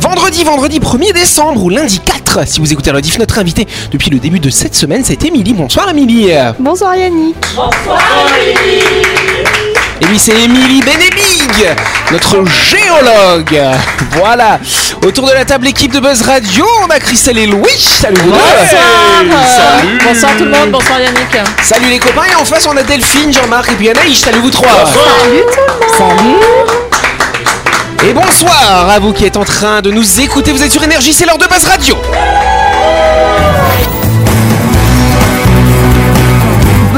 Vendredi, vendredi 1er décembre ou lundi 4, si vous écoutez la diff, notre invité depuis le début de cette semaine, c'est Émilie. Bonsoir Émilie. Bonsoir Yannick. Et oui, c'est Émilie Benebig, notre géologue. Voilà. Autour de la table, l'équipe de Buzz Radio, on a Christelle et Louis. Salut vous deux. Salut. Bonsoir tout le monde, bonsoir Yannick. Salut les copains. Et en face, on a Delphine, Jean-Marc et puis Anaïs. Salut vous trois. Salut tout le monde. Et bonsoir à vous qui êtes en train de nous écouter. Vous êtes sur Énergie, c'est l'heure de Buzz Radio.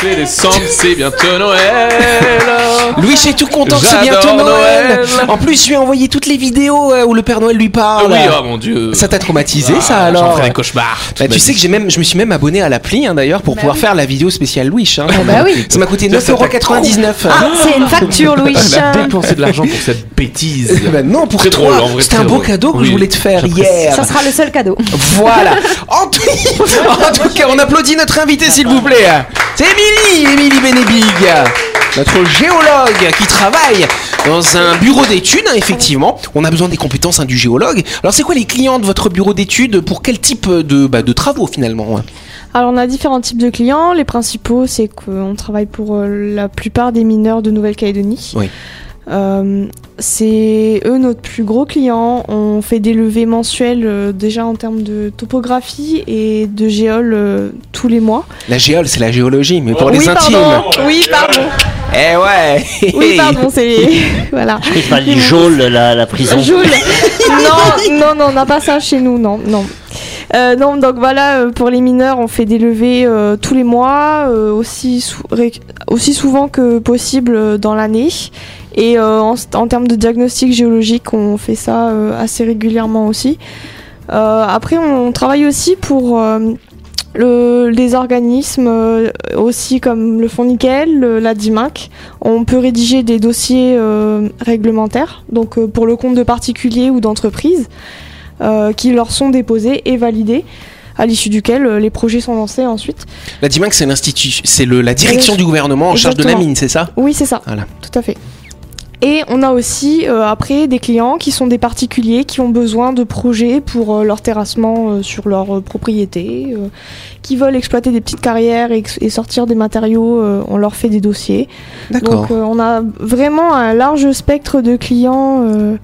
C'est décembre, c'est bientôt Noël. Louis est tout content que c'est J'adore bientôt Noël. Noël. En plus, je lui ai envoyé toutes les vidéos euh, où le Père Noël lui Ah parle. oui, oh mon dieu. bah. Ça t'a traumatisé Ah, ça alors J'en ferai des cauchemars. Bah, tu sais que j'ai même, je me suis même abonné à l'appli hein, d'ailleurs pour pouvoir faire la vidéo spéciale Louis. hein. bah oui. Ça m'a coûté 9,99€. Ah, c'est une facture Louis. Bah, dépenser de l'argent pour cette bêtise. Bah non, pour Très toi, drôle, en vrai, c'était très un beau drôle. cadeau que Oui, je voulais te faire j'apprécie. hier. Ça sera le seul cadeau. Voilà. En tout, en tout cas, on applaudit notre invité, s'il vous plaît. C'est Émilie, Émilie Benebig, notre géologue qui travaille dans un bureau d'études, hein, effectivement. On a besoin des compétences hein, du géologue. Alors, c'est quoi les clients de votre bureau d'études Pour quel type de, bah, de travaux, finalement hein Alors on a différents types de clients. Les principaux, c'est qu'on travaille pour euh, la plupart des mineurs de Nouvelle-Calédonie. Oui. Euh, c'est eux notre plus gros client. On fait des levées mensuelles euh, déjà en termes de topographie et de géol euh, tous les mois. La géole, c'est la géologie, mais pour Oh oui, les intimes. pardon. Oui, pardon. Eh ouais Oui, pardon. C'est voilà. Je crois que tu parlais de Jôle, la, la Ah, prison. Joule. non, non, non, on n'a pas ça chez nous, non, non. Euh, non, donc voilà, euh, pour les mineurs, on fait des levées euh, tous les mois, euh, aussi, sou- ré- aussi souvent que possible euh, dans l'année. Et euh, en, s- en termes de diagnostic géologique, on fait ça euh, assez régulièrement aussi. Euh, après, on travaille aussi pour euh, le- les organismes, euh, aussi comme le Fonds Nickel, le- la DIMAC. On peut rédiger des dossiers euh, réglementaires, donc euh, pour le compte de particuliers ou d'entreprises, euh, qui leur sont déposés et validés, à l'issue duquel euh, les projets sont lancés ensuite. La DIMAC, c'est l'institut, c'est le- la direction Oui. du gouvernement en charge de la Exactement. mine, c'est ça Oui, c'est ça. Voilà. Tout à fait. Et on a aussi euh, après des clients qui sont des particuliers qui ont besoin de projets pour euh, leur terrassement euh, sur leur euh, propriété, euh, qui veulent exploiter des petites carrières et, et sortir des matériaux. euh, on leur fait des dossiers. D'accord. Donc euh, on a vraiment un large spectre de clients euh,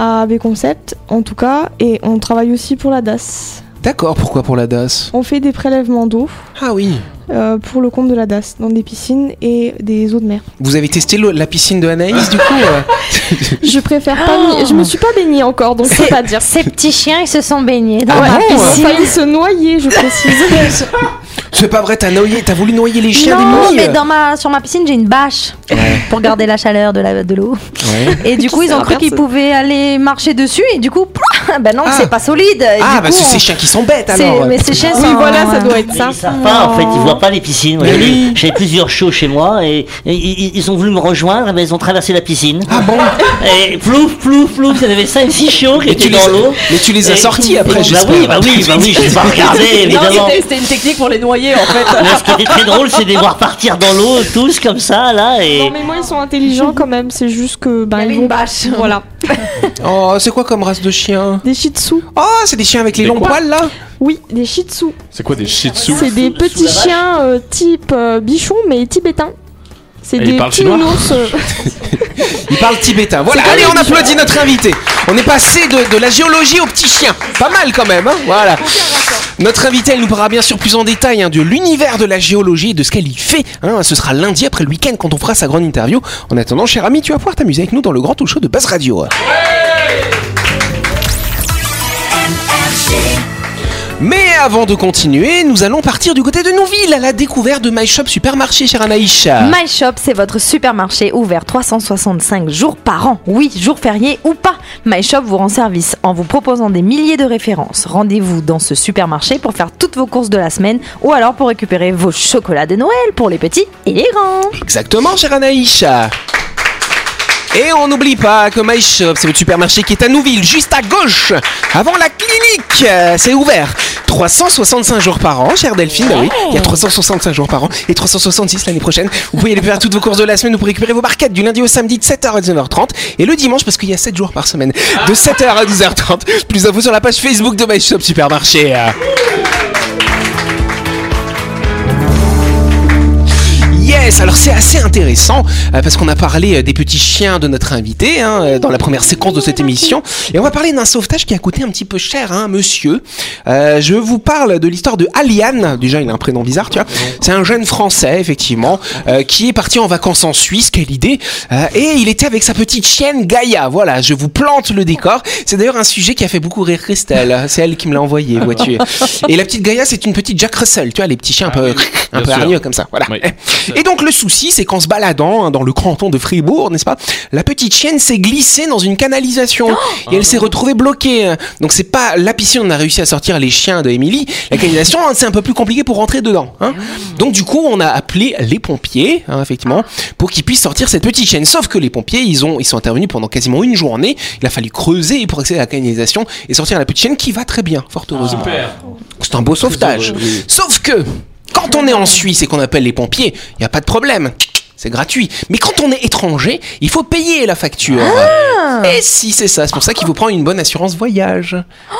à AB Concept, en tout cas, et on travaille aussi pour la DAS. D'accord, pourquoi pour la DAS On fait des prélèvements d'eau Ah oui euh, pour le compte de la DAS dans des piscines et des eaux de mer. Vous avez testé l'eau- la piscine de Anaïs du coup euh Je préfère pas, m'y- je me suis pas baignée encore, donc je peux pas dire. Ces petits chiens, ils se sont baignés dans Ah la bon Ils ont piscine. failli se noyer, je précise. C'est pas vrai, t'as noyé- t'as voulu noyer les chiens non, des mais mouilles dans ma, sur ma piscine, j'ai une bâche pour garder la chaleur de la- de l'eau. Ouais. et du coup, ils sert ont à cru qu'ils personne. pouvaient aller marcher dessus. Et du coup, pouah, ben non, Ah. c'est pas solide. Et Ah du bah coup, c'est on- ces chiens qui sont bêtes c'est- alors Mais ces chiens oui, sont- voilà, ça euh, ouais. doit être ça. Ils savent pas en fait, ils voient pas les piscines. Moi, Mais j'ai- oui. J'ai plusieurs shows chez moi et, et- et- ils ont voulu me rejoindre, mais ils ont traversé la piscine. Ah bon Et plouf, plouf, plouf, il y en avait 5-6 chiots qui mais tu, étaient les dans as, l'eau. mais tu les as Et- sortis après Bah j'espère oui, bah oui, bah oui, je les ai pas regardés évidemment. C'était une technique pour les noyer en fait. Mais ce qui était très drôle, c'est de les voir partir dans l'eau tous comme ça là et. Non mais moi ils sont intelligents quand même, c'est juste que ben Ah Il y avait ils une vont bâche. voilà, Oh c'est quoi comme race de chien des shih tzu. Oh c'est des chiens avec les Des longs quoi poils là Oui, des shih tzu. C'est quoi des shih tzu C'est des sous- sous petits la vache. chiens euh, type euh, bichon mais tibétains. C'est Et ils des parlent petits chinois nounours. euh, Ils parlent tibétain Voilà, allez on applaudit notre invité On est passé de, de la géologie aux petits chiens Pas mal quand même hein Voilà Notre invité elle nous parlera bien sûr plus en détail hein, de l'univers de la géologie et de ce qu'elle y fait hein. Ce sera lundi après le week-end quand on fera sa grande interview En attendant cher ami tu vas pouvoir t'amuser avec nous dans le grand talk show de Basse Radio Mais avant de continuer, nous allons partir du côté de Nouville à la découverte de My Shop Supermarché, chère Anaïs. My Shop, c'est votre supermarché ouvert 365 jours par an. Oui, jours fériés ou pas. My Shop vous rend service en vous proposant des milliers de références. Rendez-vous dans ce supermarché pour faire toutes vos courses de la semaine ou alors pour récupérer vos chocolats de Noël pour les petits et les grands. Exactement, chère Anaïs. Et on n'oublie pas que My Shop, c'est votre supermarché qui est à Nouville, juste à gauche, avant la clinique. Euh, C'est ouvert 365 jours par an, chère Delphine. Bah oui, il y a 365 jours par an et 366 l'année prochaine. Vous pouvez aller faire toutes vos courses de la semaine, vous pouvez récupérer vos barquettes du lundi au samedi de 7h à 19h30 et le dimanche parce qu'il y a 7 jours par semaine de 7h à 12h30. Plus d'infos sur la page Facebook de My Shop Supermarché. euh. Yes, alors c'est assez intéressant euh, parce qu'on a parlé euh, des petits chiens de notre invité hein, euh, dans la première séquence de cette émission et on va parler d'un sauvetage qui a coûté un petit peu cher à un monsieur. Euh, je vous parle de l'histoire de Alian, déjà il a un prénom bizarre, tu vois. C'est un jeune français effectivement euh, qui est parti en vacances en Suisse, quelle idée, Euh, et il était avec sa petite chienne Gaïa. Voilà, je vous plante le décor. C'est d'ailleurs un sujet qui a fait beaucoup rire Christelle, c'est elle qui me l'a envoyé, vois-tu. Et la petite Gaïa, c'est une petite Jack Russell, tu vois, les petits chiens un peu, un peu sûr. hargneux comme ça. Voilà. Oui. Et donc le souci, c'est qu'en se baladant hein, dans le canton de Fribourg, n'est-ce pas, la petite chienne s'est glissée dans une canalisation et elle s'est retrouvée bloquée. hein. Donc c'est pas la piscine, on a réussi à sortir les chiens de Émilie. La canalisation, hein, c'est un peu plus compliqué pour rentrer dedans. hein. Donc du coup, on a appelé les pompiers, hein, effectivement, pour qu'ils puissent sortir cette petite chienne. Sauf que les pompiers, ils ont, ils sont intervenus pendant quasiment une journée. Il a fallu creuser pour accéder à la canalisation et sortir la petite chienne qui va très bien, fort heureusement. C'est un beau sauvetage. Sauf que, quand on est en Suisse et qu'on appelle les pompiers, il n'y a pas de problème. C'est gratuit. Mais quand on est étranger, il faut payer la facture. et si c'est ça, c'est pour ça qu'il faut prendre une bonne assurance voyage.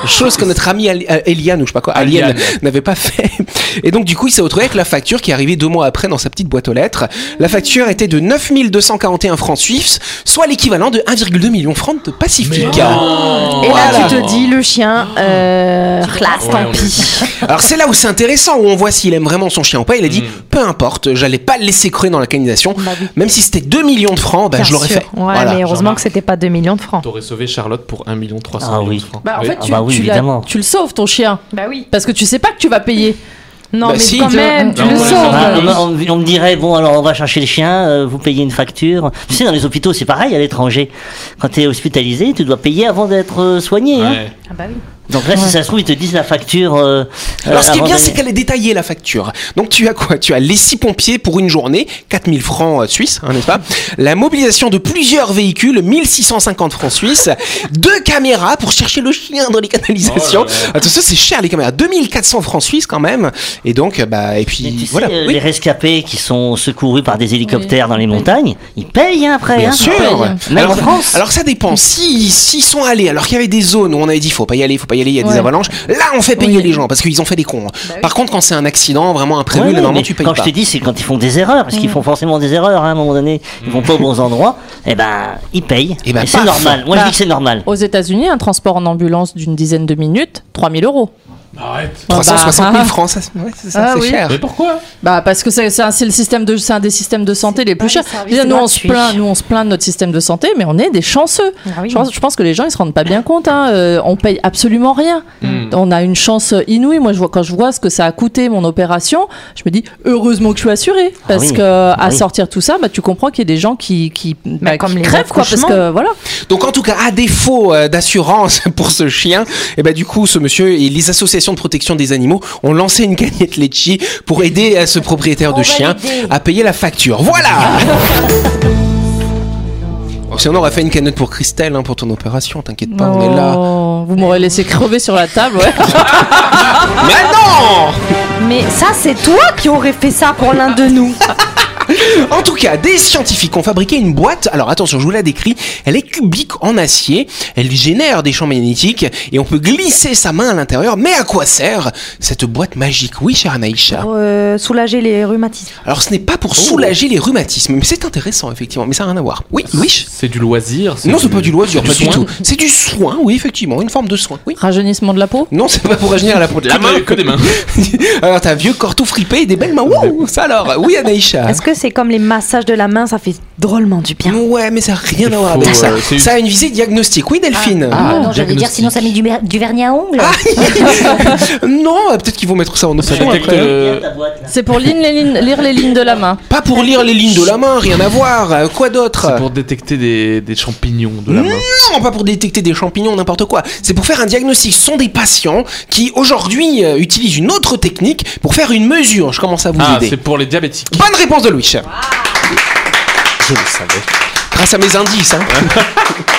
Chose que notre ami Ali- euh, Eliane, ou je sais pas quoi, Alien, Aliane. n'avait pas fait. Et donc, du coup, il s'est retrouvé avec la facture qui est arrivée deux mois après dans sa petite boîte aux lettres. La facture était de 9241 francs suisses, soit l'équivalent de 1,2 million de francs de Pacifica. Et là, Voilà. tu te dis, le chien, Oh. euh, classe, Ah, Ouais, tant on- pis. Alors c'est là où c'est intéressant, où on voit s'il aime vraiment son chien ou pas. Il a dit, Mm. peu importe, j'allais pas le laisser crever dans la canalisation. Même si c'était 2 millions de francs, bah, Bah Bien je l'aurais sûr. fait. Ouais, Voilà. mais heureusement Jean-Marc. que c'était pas 2 millions de francs. T'aurais sauvé Charlotte pour 1 million 300 Ah oui. de francs. Bah, en Oui. fait, Ah tu, bah oui, tu l'as- évidemment. tu le sauves ton chien. Bah oui. Parce que tu sais pas que tu vas payer. Non, Bah mais si, quand tu- même, tu Non, le on les sauves. Ah, Ah, oui. on, on me dirait, bon, alors on va chercher le chien, euh, vous payez une facture. Tu sais, dans les hôpitaux, c'est pareil à l'étranger. Quand tu es hospitalisé, tu dois payer avant d'être euh, soigné. hein. Ouais. Ah bah oui. Donc là, si ça se trouve, ils te disent la facture. euh, Alors ce qui est avant bien, d'aller- c'est qu'elle est détaillée la facture. Donc tu as quoi Tu as les 6 pompiers pour une journée, 4000 francs euh, suisses, hein, n'est-ce pas La mobilisation de plusieurs véhicules, 1650 francs suisses, deux caméras pour chercher le chien dans les canalisations. Oh là là. Attention, c'est cher les caméras, 2400 francs suisses quand même. Et donc, euh, bah, et puis Mais tu sais, voilà. euh, Oui. Les rescapés qui sont secourus par des hélicoptères dans les montagnes, ils payent hein, après. Bien hein. sûr. Même alors, en France. alors ça dépend. Si s'ils sont allés, alors qu'il y avait des zones où on avait dit faut pas y aller, faut pas y aller, il y a des Ouais. avalanches. Là, on fait payer les gens parce qu'ils ont fait des cons. hein. Par contre, quand c'est un accident vraiment imprévu, Bah Ouais, là, ouais, normalement mais tu payes quand pas. je ah te dis, c'est quand ils font des erreurs, parce qu'ils font forcément des erreurs hein, à un moment donné, ils vont pas aux bons endroits, et ben ils payent. Eh ben, c'est paf. normal. Moi je Bah. dis que c'est normal. Aux États-Unis, un transport en ambulance d'une dizaine de minutes, 3000 euros. Arrête. Ah bah, 360 000 ah. francs, ça, ouais, c'est ça, Ah c'est oui. cher. Mais pourquoi Bah parce que c'est c'est un, c'est le système de c'est un des systèmes de santé les plus pas chers. les services Déjà, nous on se gratuits. plaint nous on se plaint de notre système de santé mais on est des chanceux. Ah oui. Je pense, je pense que les gens ils se rendent pas bien compte hein. Euh, on paye absolument rien. Hmm. On a une chance inouïe. Moi je vois quand je vois ce que ça a coûté mon opération, je me dis heureusement que je suis assurée Ah parce oui. que à oui. sortir tout ça bah tu comprends qu'il y a des gens qui qui, bah, comme qui les crèvent quoi parce accouchements. que voilà. Donc en tout cas, à défaut euh, d'assurance pour ce chien, et ben du coup, ce monsieur et les associations de protection des animaux ont lancé une cagnotte Litchi pour aider à ce propriétaire de chien à payer la facture. Voilà. Bon, Sinon, on aurait fait une cagnotte pour Christelle hein, pour ton opération, t'inquiète pas, Bah, on est là. Oh, Vous m'aurez laissé crever sur la table ouais. Mais non Mais ça, c'est toi qui aurais fait ça pour l'un de nous. En tout cas, des scientifiques ont fabriqué une boîte. Alors attention, je vous la décris. Elle est cubique en acier. Elle génère des champs magnétiques et on peut glisser sa main à l'intérieur. Mais à quoi sert cette boîte magique Oui, chère Anaïcha. Pour euh, soulager les rhumatismes. Alors ce n'est pas pour soulager les rhumatismes, mais c'est intéressant effectivement. Mais ça n'a rien à voir. Oui, Louis C'est du loisir Non, c'est pas du loisir, pas du soin. tout. C'est du soin, oui, effectivement, une forme de soin. Oui. Rajeunissement de la peau. Non, c'est pas pour rajeunir la peau de la Que main. des- que des mains. Alors t'as un vieux corto fripé et des belles mains. Wouh, ça alors. Oui, Anaïcha. Ah. Est-ce que c'est comme les massages de la main, ça fait drôlement du bien. Ouais, mais ça n'a rien Il à voir faut, avec ça. euh, c'est- Ça a une visée diagnostique. Oui, Delphine. Ah, non, j'allais dire, diagnostic. sinon ça met du, ver- du vernis à ongles. Non, euh, peut-être qu'ils vont mettre ça en Ça option. détecte après. le- Ta boîte, là. C'est pour lire les, lignes, lire les lignes de la main. Pas pour lire les lignes de la main, rien à voir. Euh, Quoi C'est d'autre pour détecter des, des champignons de la main. Non, pas pour détecter des champignons, n'importe quoi. C'est pour faire un diagnostic. Ce sont des patients qui, aujourd'hui, euh, utilisent une autre technique pour faire une mesure. Je commence à vous Ah, aider. c'est pour les diabétiques. Bonne réponse de Louis. Je le savais. Grâce à mes indices. hein.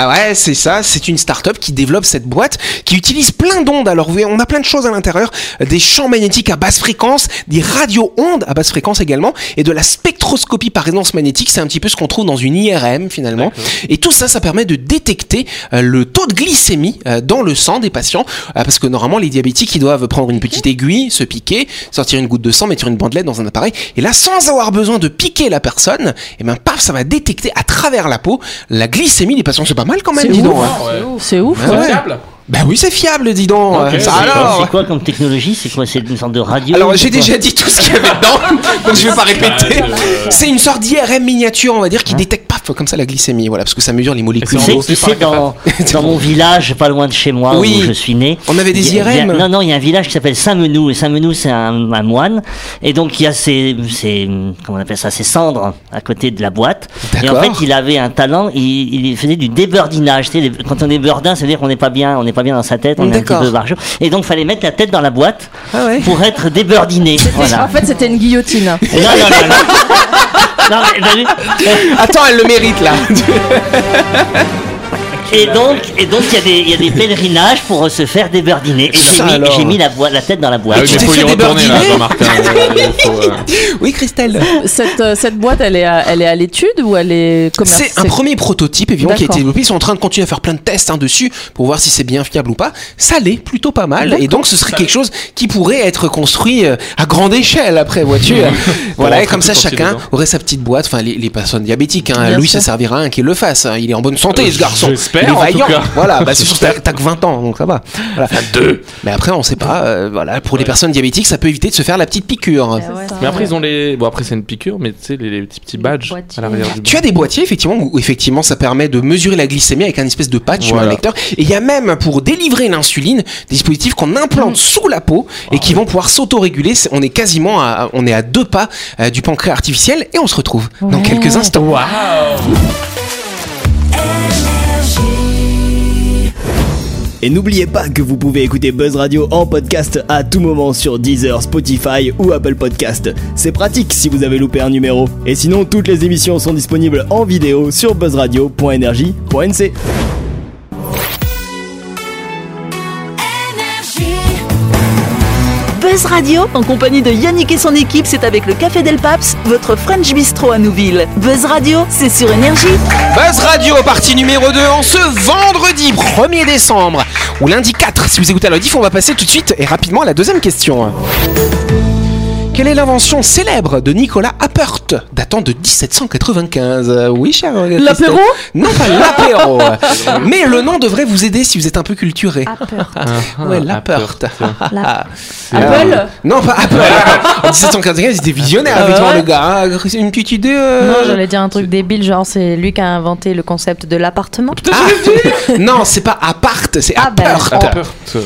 Ah ouais, c'est ça, c'est une start-up qui développe cette boîte qui utilise plein d'ondes. Alors, vous voyez, on a plein de choses à l'intérieur euh, des champs magnétiques à basse fréquence, des radio-ondes à basse fréquence également, et de la spectroscopie par résonance magnétique. C'est un petit peu ce qu'on trouve dans une IRM finalement. Et tout ça, ça permet de détecter euh, le taux de glycémie euh, dans le sang des patients, euh, parce que normalement, les diabétiques, ils doivent prendre une petite aiguille, se piquer, sortir une goutte de sang, mettre une bandelette dans un appareil. Et là, sans avoir besoin de piquer la personne, et ben paf, ça va détecter à travers la peau la glycémie des patients. C'est pas mal quand même, C'est dis ouf. donc. hein. C'est ouf. Ah ouais. Fiable Bah oui, c'est fiable, dis donc. Ok, Euh, ça c'est- alors. C'est quoi comme technologie C'est quoi C'est une sorte de radio Alors j'ai c'est quoi déjà dit tout ce qu'il y avait dedans, donc je vais pas répéter. Ah, C'est une sorte d'IRM miniature, on va dire, qui Hein détecte paf comme ça la glycémie, voilà, parce que ça mesure les molécules. C'est Tu sais, remboursé tu par sais, la dans, dans mon village, pas loin de chez moi, Oui. où je suis né. On avait des il y a- il y a- IRM. Non, non, il y a un village qui s'appelle Saint-Menou. Et Saint-Menou, c'est un, un moine. Et donc, il y a ses, ses- comment on appelle ça, ses cendres à côté de la boîte. Et en D'accord. fait, il avait un talent, il, il faisait du déburdinage. Tu sais, les- quand on est burdin, ça veut dire qu'on n'est pas bien, on n'est pas bien dans sa tête, on est un petit D'accord. peu barjot. Et donc, fallait mettre la tête dans la boîte Ah ouais. pour être déburdiné. En voilà. fait, c'était une guillotine. Non, non, non, non. Non, mais t'as vu Attends, elle le mérite là. Et donc, et donc, il y a des- il y, a des pèlerinages pour euh, se faire débardiner. Et j'ai Ça mis, alors. j'ai mis la, boi- la tête dans la boîte. Ah oui, tu mais t'es faut y fait retourner là, débardiner Jean-Martin. Euh, faut, euh, Oui, Christelle. Cette, euh, cette boîte, elle est à, elle est à l'étude ou elle est comment C'est un premier prototype évidemment qui a été D'accord. développé. Ils sont en train de continuer à faire plein de tests hein, dessus pour voir si c'est bien fiable ou pas. Ça l'est plutôt pas mal. Et donc ce serait quelque chose qui pourrait être construit euh, à grande échelle après voiture. voilà, rentrer et comme ça tout entier chacun dedans. aurait sa petite boîte. Enfin les, les personnes diabétiques. Hein. Bien Louis, sûr. ça servira à un qui le fasse. hein. Il est en bonne santé Euh, ce garçon. j'espère, Il est en tout vaillant. cas. Voilà, bah, c'est sûr t'as t'as que 20 ans donc ça va. Voilà. Mais après on sait pas. euh, voilà, pour les personnes diabétiques ça peut éviter de se faire la petite piqûre. Ah Mais après, ils ont les. Bon, après, c'est une piqûre, mais tu sais, les, les petits, petits badges à l'arrière du. Tu as des boîtiers effectivement où effectivement ça permet de mesurer la glycémie avec un espèce de patch sur un Voilà. lecteur et il y a même pour délivrer l'insuline des dispositifs qu'on implante sous la peau et qui vont pouvoir s'autoréguler. C'est- On est quasiment à, on est à deux pas euh, du pancréas artificiel et on se retrouve dans quelques instants. Et n'oubliez pas que vous pouvez écouter Buzz Radio en podcast à tout moment sur Deezer, Spotify ou Apple Podcast. C'est pratique si vous avez loupé un numéro. Et sinon, toutes les émissions sont disponibles en vidéo sur buzzradio.energie.nc. Buzz Radio, en compagnie de Yannick et son équipe, c'est avec le Café Del Paps, votre French Bistro à Nouville. Buzz Radio, c'est sur Énergie. Buzz Radio, partie numéro 2, en ce vendredi 1er décembre, ou lundi 4, si vous écoutez à la diff, on va passer tout de suite et rapidement à la deuxième question. Quelle est l'invention célèbre de Nicolas Appert, datant de 1795 Euh, Oui, cher. Christelle L'apéro Non, pas l'apéro. Mais le nom devrait vous aider si vous êtes un peu culturé. Ah, Ouais, ah, euh, Lappert. Ah. tiens. Apple Non, pas Apple. en 1795, il était visionnaire, Ah bah effectivement, ouais. le gars. hein. C'est une petite idée. euh, Non, j'allais dire un truc débile, genre c'est lui qui a inventé le concept de l'appartement. Ah. non, c'est pas Appert, c'est Ah bah. Appert.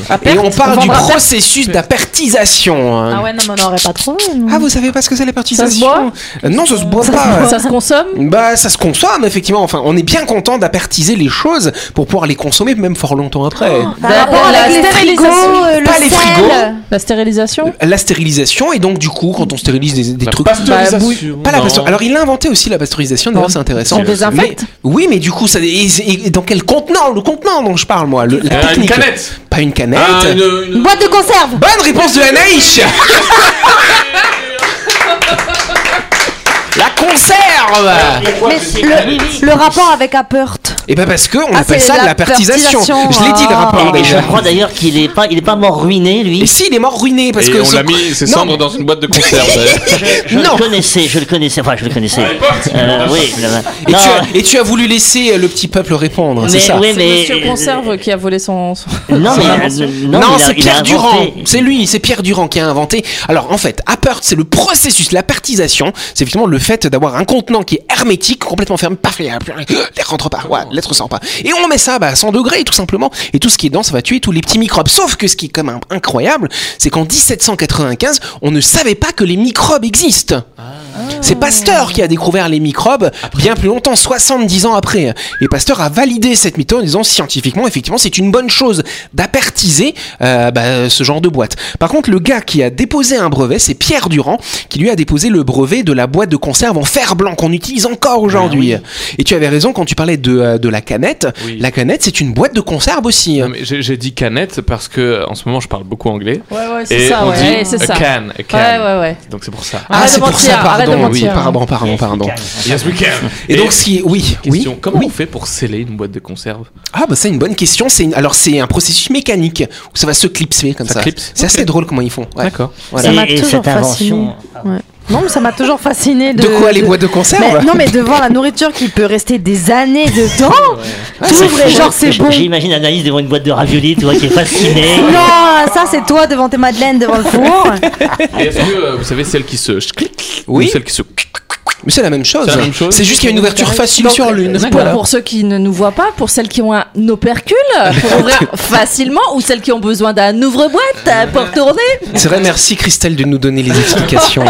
Lappert. Et on parle du Vendra- processus d'apertisation. hein. Ah ouais, non, mais on n'aurait pas trouvé. nous. Ah, vous savez pas ce que c'est l'apertisation Ça se boit Euh, Non, ça se boit pas. Ah Ça se consomme Bah, ça se consomme, effectivement. Enfin, on est bien content d'apertiser les choses pour pouvoir les consommer même fort longtemps après. Oh. Bah, rapport la avec les stérilisation. frigos, euh, Pas le les sel. frigos. La stérilisation La stérilisation, et donc, du coup, quand on stérilise des, des La trucs. Bah, pasteurisation. Pas la Non. pasteurisation. Alors, il a inventé aussi la pasteurisation, d'ailleurs, c'est intéressant. On désinfecte Mais- oui, mais du coup, ça, et, et- et dans quel contenant Le contenant dont je parle, moi. le- la Ah, une technique. Bah, canette Pas une canette. Ah, une- une- Boîte de conserve Bonne réponse de Anaïs La conserve Et quoi, Mais je sais le- pas, oui, oui. Le rapport avec Apert. Et ben parce que on Ah, appelle c'est ça de la la pertisation. pertisation. Je l'ai dit le Ah. rapport Et je déjà. crois d'ailleurs qu'il est pas, il est pas mort ruiné, lui. Et si il est mort ruiné parce Et que on son- l'a mis, ses Non, cendres dans une boîte de conserve. Je Non. le connaissais, je le connaissais, enfin je le connaissais. Euh, oui, là, Et non, tu, as, et tu as voulu laisser euh, le petit peuple répondre, c'est mais- ça oui, C'est mais- Monsieur Conserve qui a volé son. son- non, mais, Non, non, mais il a- c'est il a Pierre Durand. inventé- C'est lui, c'est Pierre Durand qui a inventé. Alors en fait, apert, c'est le processus, la pertisation. C'est effectivement le fait d'avoir un contenant qui est hermétique, complètement fermé, paf, l'air l'air rentre pas, ouais, l'air ressort pas. Et on met ça bah, à 100 degrés tout simplement, et tout ce qui est dedans, ça va tuer tous les petits microbes. Sauf que ce qui est quand même incroyable, c'est qu'en 1795, on ne savait pas que les microbes existent. C'est Pasteur qui a découvert les microbes bien plus longtemps, 70 ans après. Et Pasteur a validé cette mytho en disant scientifiquement, effectivement, c'est une bonne chose d'apertiser euh, bah, ce genre de boîte. Par contre, le gars qui a déposé un brevet, c'est Pierre Durand, qui lui a déposé le brevet de la boîte de conserve en fer blanc qu'on utilise encore aujourd'hui. Et tu avais raison quand tu parlais de, euh, de la canette. Ah Oui. La canette, c'est une boîte de conserve aussi. Non, mais J'ai j'ai dit canette parce que euh, en ce moment je parle beaucoup anglais. Ouais, ouais, Et c'est ça, on ouais. dit Ouais, c'est a ça. can, a can. Ouais, ouais, ouais. Donc Ah, c'est pour ça. Ah. Arrête de mentir, arrête de pardon, oui, mentir, hein. pardon, pardon, pardon. Yes, we can. Et, donc, ce qui, oui, oui. question, comment on fait pour sceller une boîte de conserve Ah bah c'est une bonne question. C'est une- alors c'est un processus mécanique où ça va se clipser comme ça. Ça clipse C'est assez drôle comment ils font. ouais. D'accord. Voilà. Ça m'a Et- et toujours cette fasciné. invention- Non, mais ça m'a toujours fasciné de. De quoi les boîtes de conserve Mais- Non, mais de voir la nourriture qui peut rester des années dedans. Ah, T'ouvres et genre c'est J- bon. J'imagine Anaïs devant une boîte de raviolis, tu vois, qui est fascinée. Non, ça c'est toi devant tes madeleines devant le four. Et Est-ce que euh, vous savez celle qui se clique Oui. ou celle qui se Mais c'est la même chose. C'est la même chose. C'est juste qu'il y a une ouverture facile sur l'une. Pour, pour ceux qui ne nous voient pas, pour celles qui ont un opercule, pour ouvrir facilement, ou celles qui ont besoin d'un ouvre-boîte euh, pour tourner. C'est vrai. Merci Christelle de nous donner les explications.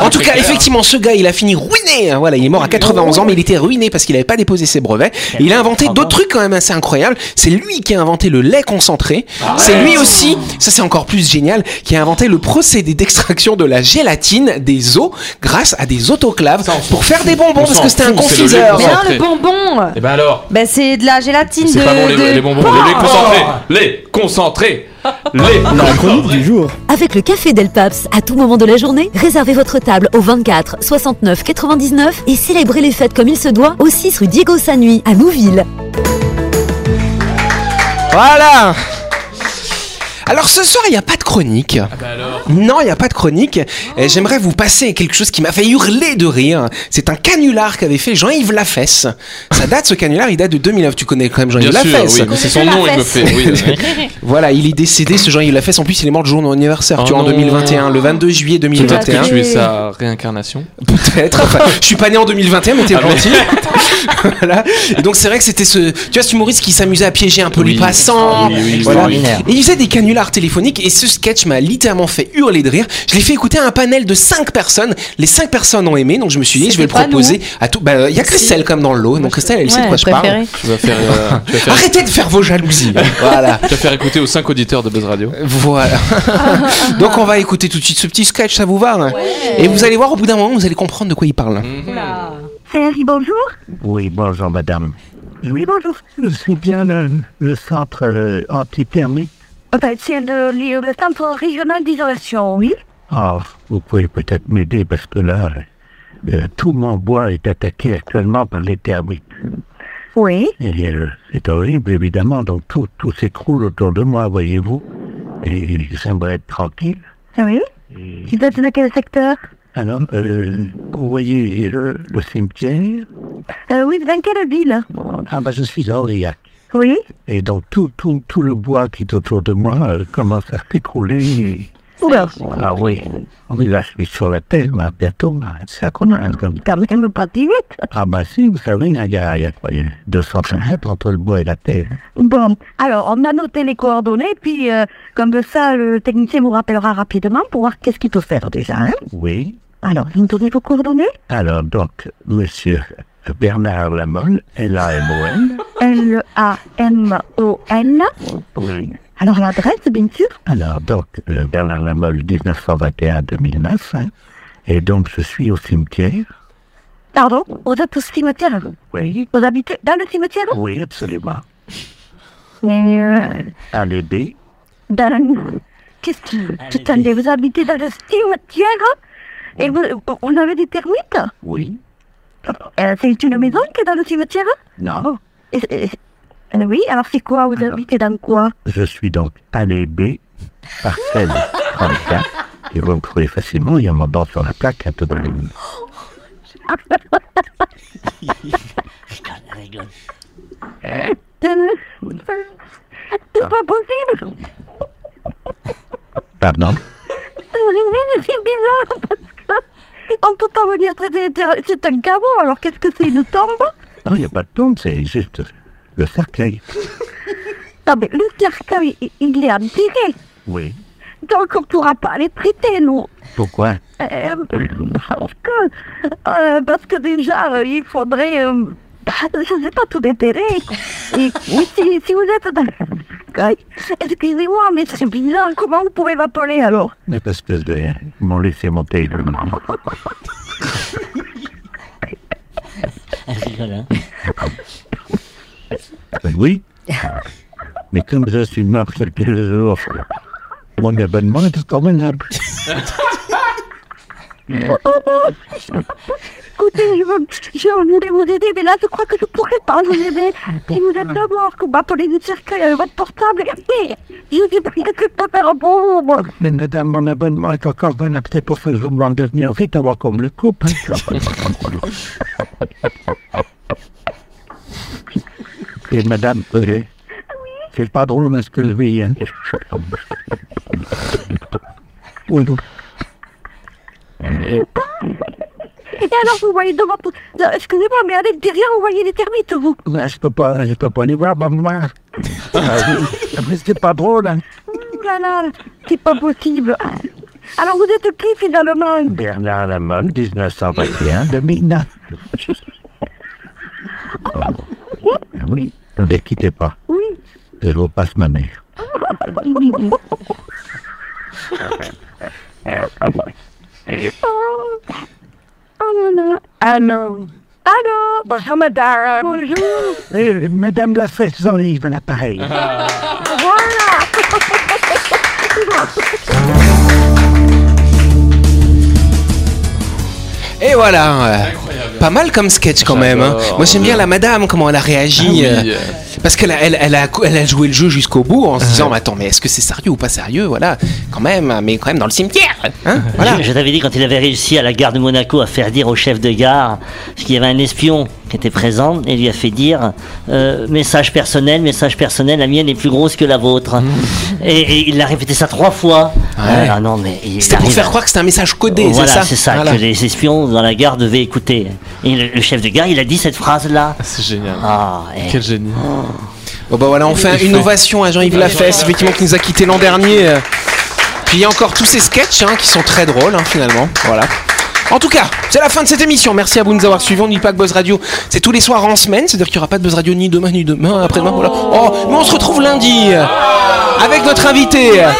en tout cas, effectivement, ce gars, il a fini ruiné. hein, Voilà, il est mort à 91 ans, mais il était ruiné parce qu'il n'avait pas déposé ses brevets. Et il a inventé d'autres trucs quand même assez incroyables. C'est lui qui a inventé le lait concentré. C'est lui aussi, ça c'est encore plus génial, qui a inventé le procédé d'extraction de la gélatine des os grâce à des autoclaves Ça, on s'en pour faire des bonbons On parce s'en que c'était un fout, c'est le lait confiseur. Mais non, Concentré. le bonbon. Et ben alors Ben c'est de la gélatine de. C'est pas bon les, de les bonbons, porc. Ah. les laits concentrés Les concentrés Les La chronique du jour. Avec le café Del Paps, à tout moment de la journée, réservez votre table au 24 69 99 et célébrez les fêtes comme il se doit au 6 rue Diego Sanui à Nouville. Voilà alors ce soir, il n'y a pas de chronique. Bah Non, il n'y a pas de chronique. Et J'aimerais vous passer quelque chose qui m'a fait hurler de rire. C'est un canular qu'avait fait Jean-Yves Lafesse. Ça date, ce canular, il date de 2009. Tu connais quand même Jean-Yves Bien sûr, Lafesse. oui, mais c'est son nom, il me fait. Oui, oui. Voilà, il est décédé, ce Jean-Yves Lafesse. En plus, il est mort le jour de mon anniversaire, Oh tu vois, en non. 2021, le 22 juillet Peut-être 2021. que tu es sa réincarnation. Peut-être. Enfin, je suis pas né en 2021, mais t'es Ah, mais- gentil. voilà. Et donc c'est vrai que c'était ce, tu vois, ce humoriste qui s'amusait à piéger un peu les Oui. Oh. passants. Oui, oui, Voilà. extraordinaire. Et il faisait des canulars téléphoniques et ce sketch m'a littéralement fait hurler de rire. Je l'ai fait écouter à un panel de 5 personnes. Les 5 personnes ont aimé, donc je me suis dit, je vais le C'était pas hein proposer à tout. Bah, il y a Christelle comme dans le lot, donc Christelle, elle sait de Ouais, quoi je parle. préférée. Tu vas faire, euh, tu vas faire, Arrêtez de faire vos jalousies. voilà. tu vas faire écouter aux 5 auditeurs de Buzz Radio. Voilà. donc on va écouter tout de suite ce petit sketch, ça vous va hein Et vous allez voir au bout d'un moment, vous allez comprendre de quoi il parle. Mm. bonjour. Oui, bonjour madame. Oui, bonjour. C'est bien le, le centre euh, antithermique. Ah ben, c'est le, le, le centre régional d'isolation, oui. Ah, vous pouvez peut-être m'aider parce que là, euh, tout mon bois est attaqué actuellement par les thermites. Oui. Et euh, c'est horrible, évidemment, donc tout, tout s'écroule autour de moi, voyez-vous. Et j'aimerais être tranquille. Ah Oui. Vous êtes de quel secteur Alors, euh, vous voyez le, le cimetière euh, Oui, dans quelle ville Ah ben, je suis à Aurillac. Oui. Et donc tout, tout, tout le bois qui est autour de moi euh, commence à s'écrouler. Oula. Ah oui, oui, là je suis sur la terre, là, bientôt, là, c'est à Connain, comme Quand même pas si vite. Ah bah si, vous savez, il y a, il y a, il y a quoi, il y a 250 entre le bois et la terre. Bon, alors on a noté les coordonnées, puis euh, comme ça, le technicien vous rappellera rapidement pour voir qu'est-ce qu'il peut faire déjà. Hein Oui, alors, vous me donnez vos coordonnées alors donc, monsieur Bernard Lamolle, L-A-M-O-L, L-A-M-O-N. oui. Alors l'adresse, bien sûr. Alors donc, euh, Bernard Lamolle, 1921-2009, hein. et donc je suis au cimetière. Pardon, vous êtes au cimetière Oui, Vous habitez dans le cimetière oui, absolument. Mais euh, À l'aider. dans le- Qu'est-ce que... Allez-y. Attendez, vous habitez dans le cimetière et vous, vous avez des termites Oui. Euh, C'est une maison qui est dans le cimetière Non. et- et- oui, alors c'est quoi Vous habitez dans quoi Je suis donc allé B, parcelle 34. Et vous me trouvez facilement, il y a mon nom sur la plaque, un peu dans les lignes. C'est pas possible Pardon C'est bizarre parce que on peut pas venir traiter les terres- C'est un caveau, alors qu'est-ce que c'est une tombe Non, il n'y a pas de tombe, c'est juste le cercueil. Non mais le cercueil, il- il est enterré. Oui. Donc on pourra pas les traiter, nous. Pourquoi Euh, parce que, euh, parce que déjà, euh, il faudrait, euh, je sais pas tout déterrer. Et oui, si, si vous êtes dans Aïe, Excusez-moi, mais c'est bizarre. Comment vous pouvez m'appeler alors Mais parce que je- ils m'ont laissé monter le nom. Elle rigole, hein. Ben oui. Mais comme je suis mort quelques jours, mon abonnement est encore valable. Écoutez, je, veux- je voulais vous aider, mais là, je crois que je pourrais pas vous aider. Si vous êtes d'abord que vous m'appelez du cercueil avec euh, votre portable, et je dis pris quelque chose à faire pour vous, moi. Mais madame, mon abonnement est encore valable. C'est pour ça que je vous demande de venir vite avant qu'on me le coupe. hein. Et madame, euh, c'est pas drôle, mais ce que je vis. Hein. Oui, oui. Et alors, vous voyez devant tout... Euh, Excusez-moi, mais à l'intérieur, vous voyez les termites, vous. Ouais, je peux pas, je peux pas les voir, maman. Mais c'est pas drôle, hein. Ouh là là, c'est pas possible. Alors, vous êtes qui, finalement Bernard Lamont, 1921, de Mina. Oh. Oui, ne quittez pas. Oui. Je vous passe ma mère. Oh. Oh là là. Allô Allô Bonjour, madame. Bonjour. Euh, Madame la en livre l'appareil. Et voilà. euh, Pas mal comme sketch quand même. hein. Moi j'aime bien la madame, comment elle a réagi. Ah oui, euh, euh. Parce qu'elle a, elle, elle a, elle a joué le jeu jusqu'au bout en se disant mais Attends, mais est-ce que c'est sérieux ou pas sérieux Voilà, quand même, mais quand même dans le cimetière. Hein voilà. Je, je t'avais dit quand il avait réussi à la gare de Monaco à faire dire au chef de gare, parce qu'il y avait un espion qui était présent et lui a fait dire euh, message personnel, message personnel, la mienne est plus grosse que la vôtre. et, et il a répété ça trois fois. Mmh. Ouais. Ah non mais il C'était pour arrive faire à- croire que c'était un message codé, voilà, c'est ça c'est ça Voilà. que les espions dans la gare devaient écouter. Et le, le chef de gare, il a dit cette phrase là. C'est génial. Ah, eh. Quel génie. Bon bah voilà, on fait une ovation à Jean-Yves Lafesse, effectivement, qui nous a quitté l'an dernier. euh. Puis il y a encore tous ces sketchs hein, qui sont très drôles, hein, finalement. Voilà. En tout cas, c'est la fin de cette émission. Merci à vous de nous avoir suivis. On n'oublie pas que Buzz Radio, c'est tous les soirs en semaine. C'est-à-dire qu'il n'y aura pas de Buzz Radio ni demain, ni demain, après-demain. Voilà. Oh, mais on se retrouve lundi euh, avec notre invité euh,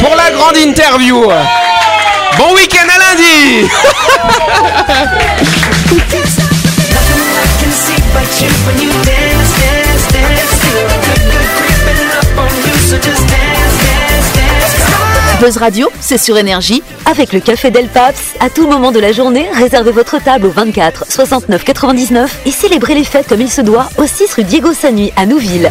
pour la grande interview. Bon week-end à lundi Buzz Radio, c'est sur énergie. Avec le café Del Paps, à tout moment de la journée, réservez votre table au 24 69 99 et célébrez les fêtes comme il se doit au 6 rue Diego Sanui à Nouville.